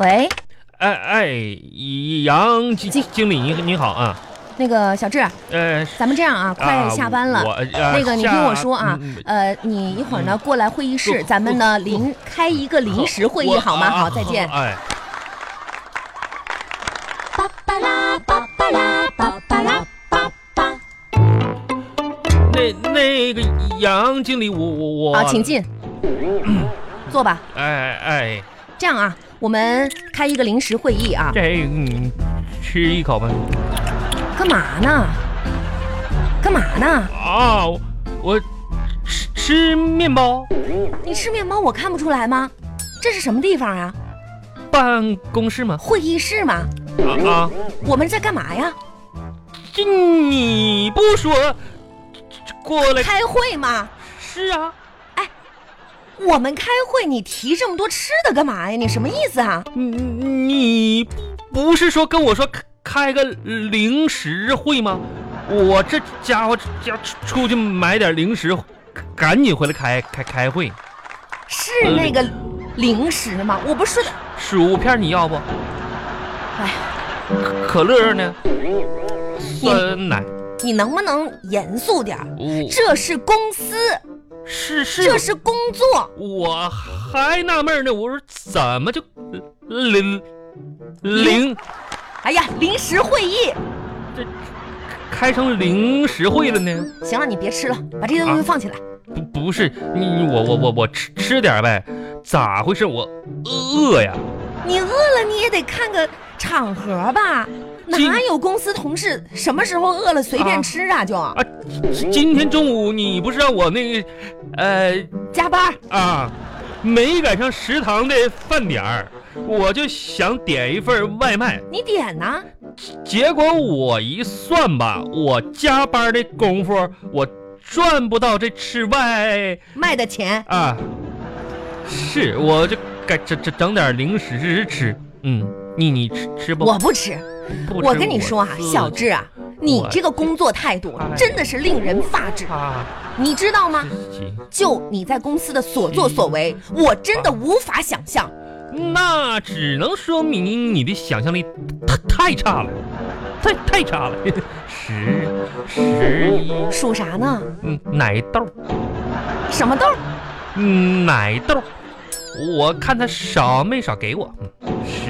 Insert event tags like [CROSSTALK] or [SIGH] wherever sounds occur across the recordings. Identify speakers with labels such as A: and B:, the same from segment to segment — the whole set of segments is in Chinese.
A: 喂，
B: 哎哎，杨经
A: 经
B: 经理您您好啊，
A: 那个小智，
B: 呃，
A: 咱们这样啊，快
B: 啊
A: 下班了。
B: 我嗯呃
A: 那个，你
B: 下
A: 听我说啊
B: 嗯，
A: 呃，你一会儿呢过来会议室，
B: 不
A: 咱们呢临开一个临时会议
B: 嗯我
A: 好吗？
B: 啊
A: 好，再见。
B: 哎，
C: 巴巴拉巴巴拉巴巴拉巴巴。
B: 那那个杨经理，我我我
A: 好，啊请。进，
B: 嗯
A: 坐吧。
B: 哎哎，
A: 这样啊，我们开一个临时会议啊，
B: 这嗯，吃一口吧。
A: 干嘛呢？干嘛呢？
B: 啊，我我吃吃面包，
A: 你吃面包我看不出来吗？这是什么地方啊？
B: 办公室吗？
A: 会议室吗？
B: 啊啊，
A: 我们在干嘛呀？
B: 这你不说，这过来
A: 开会吗？
B: 是啊。
A: 我们开会，你提这么多吃的干嘛呀？你什么意思啊？
B: 你你不是说跟我说开开个零食会吗？我这家伙这出出去买点零食，赶紧回来开开开会。
A: 是那个零食吗？我不是说的，
B: 薯片你要不？
A: 哎呀，
B: 可可乐呢？酸奶？
A: 你能不能严肃点儿？
B: 我
A: 这是公司，
B: 是是，
A: 这是工作，
B: 我还纳闷呢，我说怎么就呃零零
A: 哎呀，临时会议。
B: 开成零食会了呢？
A: 行了，你别吃了，把这些东西
B: 啊
A: 放起来。
B: 不不是你你我我我我吃吃点呗，咋回事？我饿呀！
A: 你饿了，你也得看个场合吧？
B: 今
A: 哪有公司同事什么时候饿了随便
B: 啊
A: 吃啊？就
B: 啊，今今天中午你不是让我那个，呃
A: 加班儿，
B: 啊，没赶上食堂的饭点儿，我就想点一份外卖，
A: 你点呢？
B: 结果我一算吧，我加班的功夫我赚不到这吃外
A: 卖的钱
B: 啊，是我就该整整整点零食吃，嗯，你你吃吃不？
A: 我不吃。
B: 不
A: 我
B: 吃
A: 跟你说啊，
B: 自
A: 小智啊，你
B: 我
A: 这个工作态度
B: 哎
A: 真的是令人发指，
B: 啊
A: 你知道吗？
B: 自己
A: 就你在公司的所作所为，
B: 嗯
A: 我真的无法想象。
B: 那只能说明你的想象力太太差了，太太差了。十十一，
A: 属啥呢？
B: 嗯，奶豆，
A: 什么豆儿？
B: 嗯，奶豆，我看他少没少给我。嗯十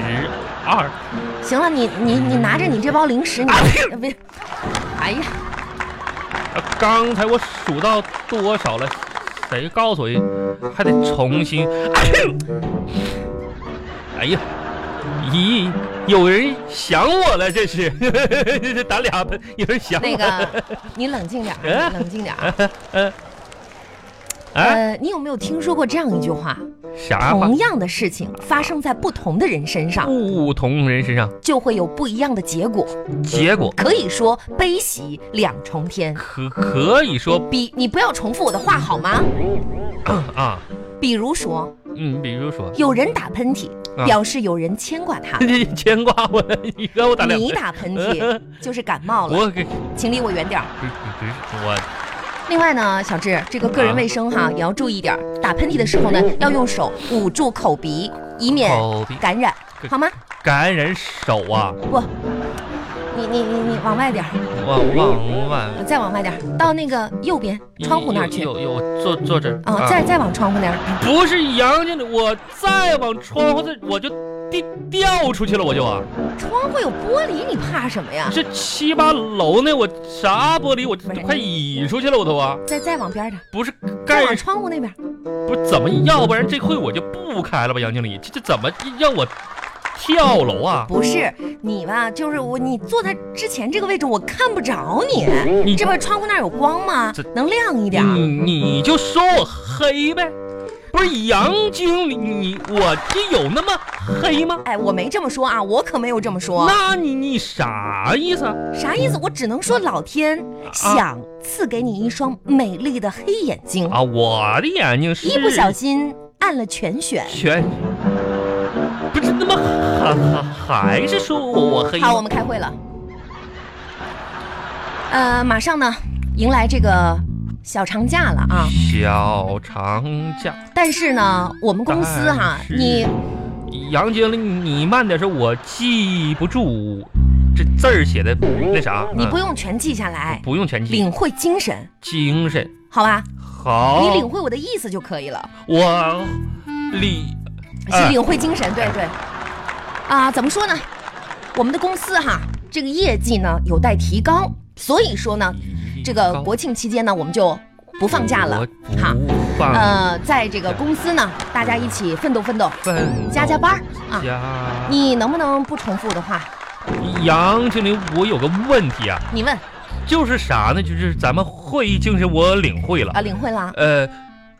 B: 二，
A: 行了，你你你拿着你这包零食，你
B: 啊
A: 呃别，哎呀，
B: 啊刚才我数到多少了？谁告诉我？还得重新。 [COUGHS] 哎呦哎呀，咦，有人想我了，这是， [LAUGHS] 这咱俩有人想我。
A: 那
B: [LAUGHS]
A: 个，你冷静点儿，
B: 哎
A: 冷静点儿。
B: 哎，啊
A: 呃，你有没有听说过这样一句话？
B: 啥话
A: 同？样的事情发生在不同的人身上，
B: 不同人身上，
A: 就会有不一样的结果。
B: 结果
A: 可以说悲喜两重天。
B: 可可以说 [COUGHS]
A: 比你不要重复我的话好吗？
B: 啊，
A: 比如说，
B: 嗯，比如说， [LAUGHS]
A: 有人打喷嚏，
B: 啊。
A: 表示有人牵挂他
B: 这牵挂我，你让我打两
A: 你
B: 针
A: 打喷
B: [LAUGHS]
A: 嚏就是感冒了，
B: 我给，
A: 请离我远点儿。
B: 不是不是我
A: 另外呢，小智，这个个人
B: 啊
A: 卫生哈、也要注意点儿。打喷嚏的时候呢，
B: 嗯
A: 要用手捂住口鼻，以免
B: 口鼻
A: 感染，
B: 可
A: 好吗？
B: 感染手啊，
A: 不，你你你你往外点儿，
B: 往往往
A: 再往外点儿，到那个右边窗户那儿去。
B: 有有有坐坐这儿
A: 啊，再再往窗户那儿，
B: 不是杨经理，我再往窗户这我就掉掉出去了，我就啊，
A: 窗户有玻璃，你怕什么呀？
B: 这七八楼呢，我啥玻璃我快倚出去了，我都啊，
A: 再再往边儿点儿，
B: 不是
A: 再
B: 盖
A: 往窗户那边儿。
B: 不是怎么，要不然这会我就不开了吧，杨经理，这这怎么让我跳楼啊？
A: 不是你吧？就是我，你坐在之前这个位置，我看不着你。
B: 你
A: 这边窗户那儿有光吗
B: 嗯这？嗯
A: 能亮一点儿。
B: 你你就说我黑呗？不是杨经理，你我这有那么黑吗？
A: 哎，我没这么说
B: 嗯
A: 啊，我可没有这么说。啊
B: 那你你啥意思啊？
A: 啥意思？我只能说老天
B: 啊
A: 想赐给你一双美丽的黑眼睛，
B: 啊，我的眼睛是
A: 一不小心按了全选。
B: 全不是那么还还还是说我我黑吗？
A: 好，我们开会了。呃，马上呢，迎来这个小长假了啊。
B: 小长假
A: 但是呢，我们公司哈、
B: 但是嗯
A: 你
B: 杨经理，你慢点，是我记不住这字儿写的那啥。
A: 你
B: 嗯
A: 不用全记下来，
B: 不用全记，
A: 领会精神，
B: 精神
A: 好吧？
B: 好。
A: 你领会我的意思就可以了，
B: 我领
A: 是
B: 哎
A: 领会精神，对对。啊，怎么说呢？我们的公司哈，这个业绩呢有待提高，所以说呢，这个国庆期间呢，我们就不放假了，哈。
B: 不放
A: 呃，在这个公司呢，大家一起奋斗奋斗，
B: 奋
A: 加加班儿啊。
B: 加。
A: 你能不能不重复我的话？
B: 杨经理，我有个问题啊，
A: 你问
B: 就是啥呢？就是咱们会议精神我领会了
A: 啊，，领会了？
B: 呃，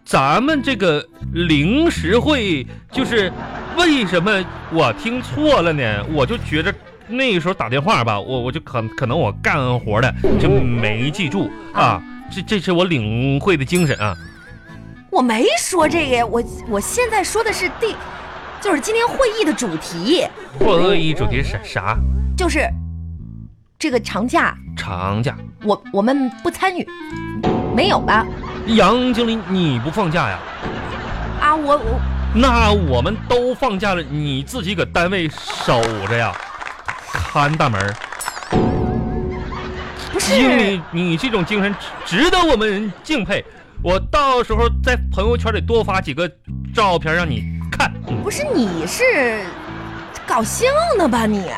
B: 咱们这个临时会就是为什么我听错了呢？我就觉着。那时候打电话吧，我我就可可能我干活的就没记住啊，这这是我领会的精神啊。
A: 我没说这个呀，我我现在说的是第，就是今天会议的主题，
B: 会议主题是啥？
A: 就是这个长假，
B: 长假。
A: 我我们不参与，没有吧？
B: 杨经理，你不放假呀？
A: 啊，我我
B: 那我们都放假了，你自己搁单位守着呀，看大门儿。
A: 不
B: 经
A: 是
B: 理，你这种精神值值得我们敬佩。我到时候在朋友圈里多发几个照片让你看。嗯
A: 不是你是搞笑呢吧你？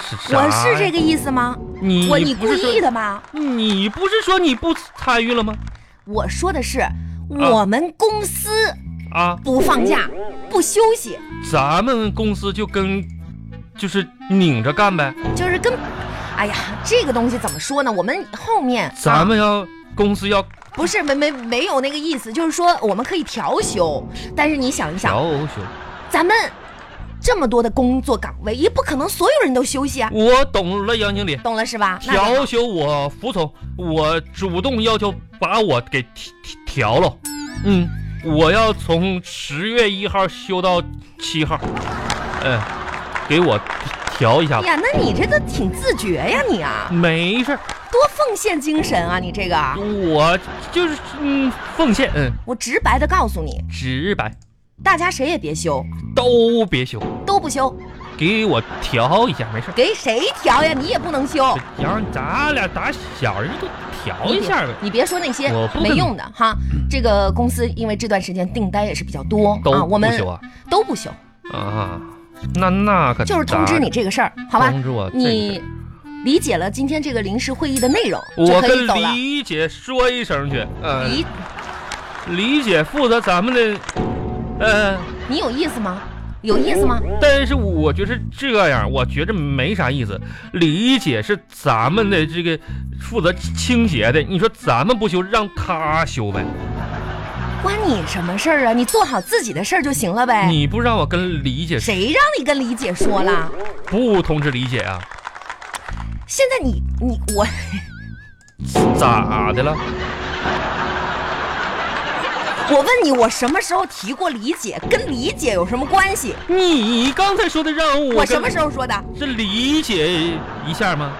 B: 是啥呀
A: 我是这个意思吗？
B: 你
A: 我你
B: 不
A: 故
B: 是说
A: 意的吧？
B: 你不是说你不参与了吗？
A: 我说的是我们公司
B: 啊，
A: 不放假，不休息，
B: 咱们公司就跟就是拧着干呗。
A: 就是跟，哎呀，这个东西怎么说呢？我们后面
B: 咱
A: 啊
B: 们要公司要
A: 不是没没没有那个意思，就是说我们可以调休，但是你想一想，
B: 调休。
A: 咱们这么多的工作岗位，也不可能所有人都休息啊，
B: 我懂了，杨经理。
A: 懂了是吧？那就
B: 调休我服从，我主动要求把我给调调了。嗯，我要从十月一号休到七号。嗯，给我调一下吧。
A: 哎呀，那你这个挺自觉呀，你啊，
B: 没事儿，
A: 多奉献精神啊，你这个，
B: 我就是嗯奉献，嗯
A: 我直白的告诉你，
B: 直白，
A: 大家谁也别休，
B: 都别休，
A: 都不休，
B: 给我调一下，没事儿。
A: 给谁调呀？你也不能休。
B: 杨，咱俩打小人就调一下呗。
A: 你别说那些
B: 我不跟
A: 没用的哈，这个公司因为这段时间订单也是比较多
B: 都
A: 啊，我
B: 不
A: 们
B: 休啊
A: 都不休，
B: 啊，那那可
A: 就是通知
B: 咋
A: 你这个事儿，好吧？
B: 通知我这个事儿
A: 你理解了今天这个临时会议的内容，就
B: 我
A: 可以
B: 跟
A: 走了。
B: 李姐说一声去，呃，
A: 你
B: 李姐负责咱们的，呃，
A: 你有意思吗？有意思吗？
B: 但是我觉得这样，我觉着没啥意思。李姐是咱们的这个负责清洁的，你说咱们不修，让她修呗？
A: 关你什么事儿啊？你做好自己的事儿就行了呗。
B: 你不让我跟李姐
A: 谁让你跟李姐说了？
B: 不通知李姐啊？
A: 现在你你我
B: 咋的了？
A: 我问你，我什么时候提过李姐？跟李姐有什么关系？
B: 你刚才说的让我
A: 我什么时
B: 候
A: 候说的？
B: 是李姐一下吗？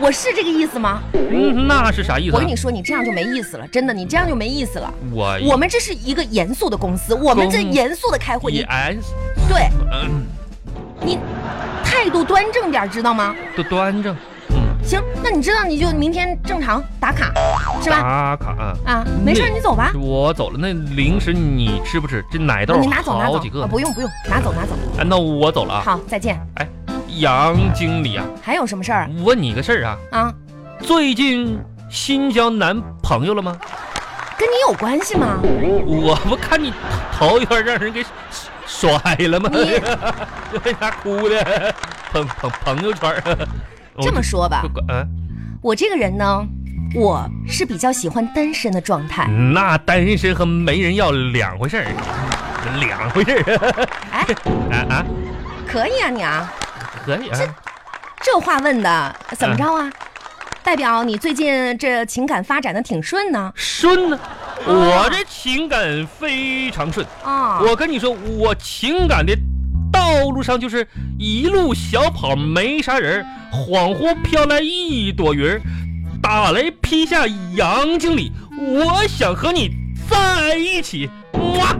A: 我是这个意思吗？
B: 嗯，那是啥意思、
A: 我
B: 啊
A: 跟？你说，你这样就没意思
B: 嗯
A: 了，真的，你这样就没意思了。
B: 我
A: 我们这是一个严肃的公司，我们这
B: 哎公
A: 严肃的开会，
B: 也
A: 你对
B: 嗯，
A: 你态度端正点儿，知道吗？
B: 都端正，嗯。
A: 行，那你知道你就明天正常打卡，是吧？
B: 打卡啊，
A: 啊，没事儿，你走吧。
B: 我走了。那零食你吃不吃？这奶豆
A: 你拿走拿
B: 好
A: 走
B: 几
A: 啊，
B: 个呢。
A: 不用不用，拿走拿走。
B: 啊那我走了啊。
A: 好，再见。
B: 杨经理啊，
A: 还有什么事儿
B: 我问你个事儿啊，
A: 啊？
B: 最近新交男朋友了吗？
A: 跟你有关系吗？
B: 我不看你头一段让人给甩了吗？ [LAUGHS]
A: 你
B: 为啥哭的？朋朋朋友圈儿。
A: 这么说吧
B: 我就，不管啊？
A: 我这个人呢，我是比较喜欢单身的状态。
B: 那单身和没人要两回事儿，两回事儿。
A: 哎，
B: [LAUGHS] 啊啊，
A: 可以啊，你啊，
B: 可以啊。
A: 这话问的怎么着啊？代表你最近这情感发展的挺顺呢
B: 顺呢、我这情感非常顺。
A: 啊？
B: 我跟你说，我情感的道路上就是一路小跑，没啥人儿，恍惚飘来一朵云儿，打雷劈下杨经理，我想和你在一起。哇，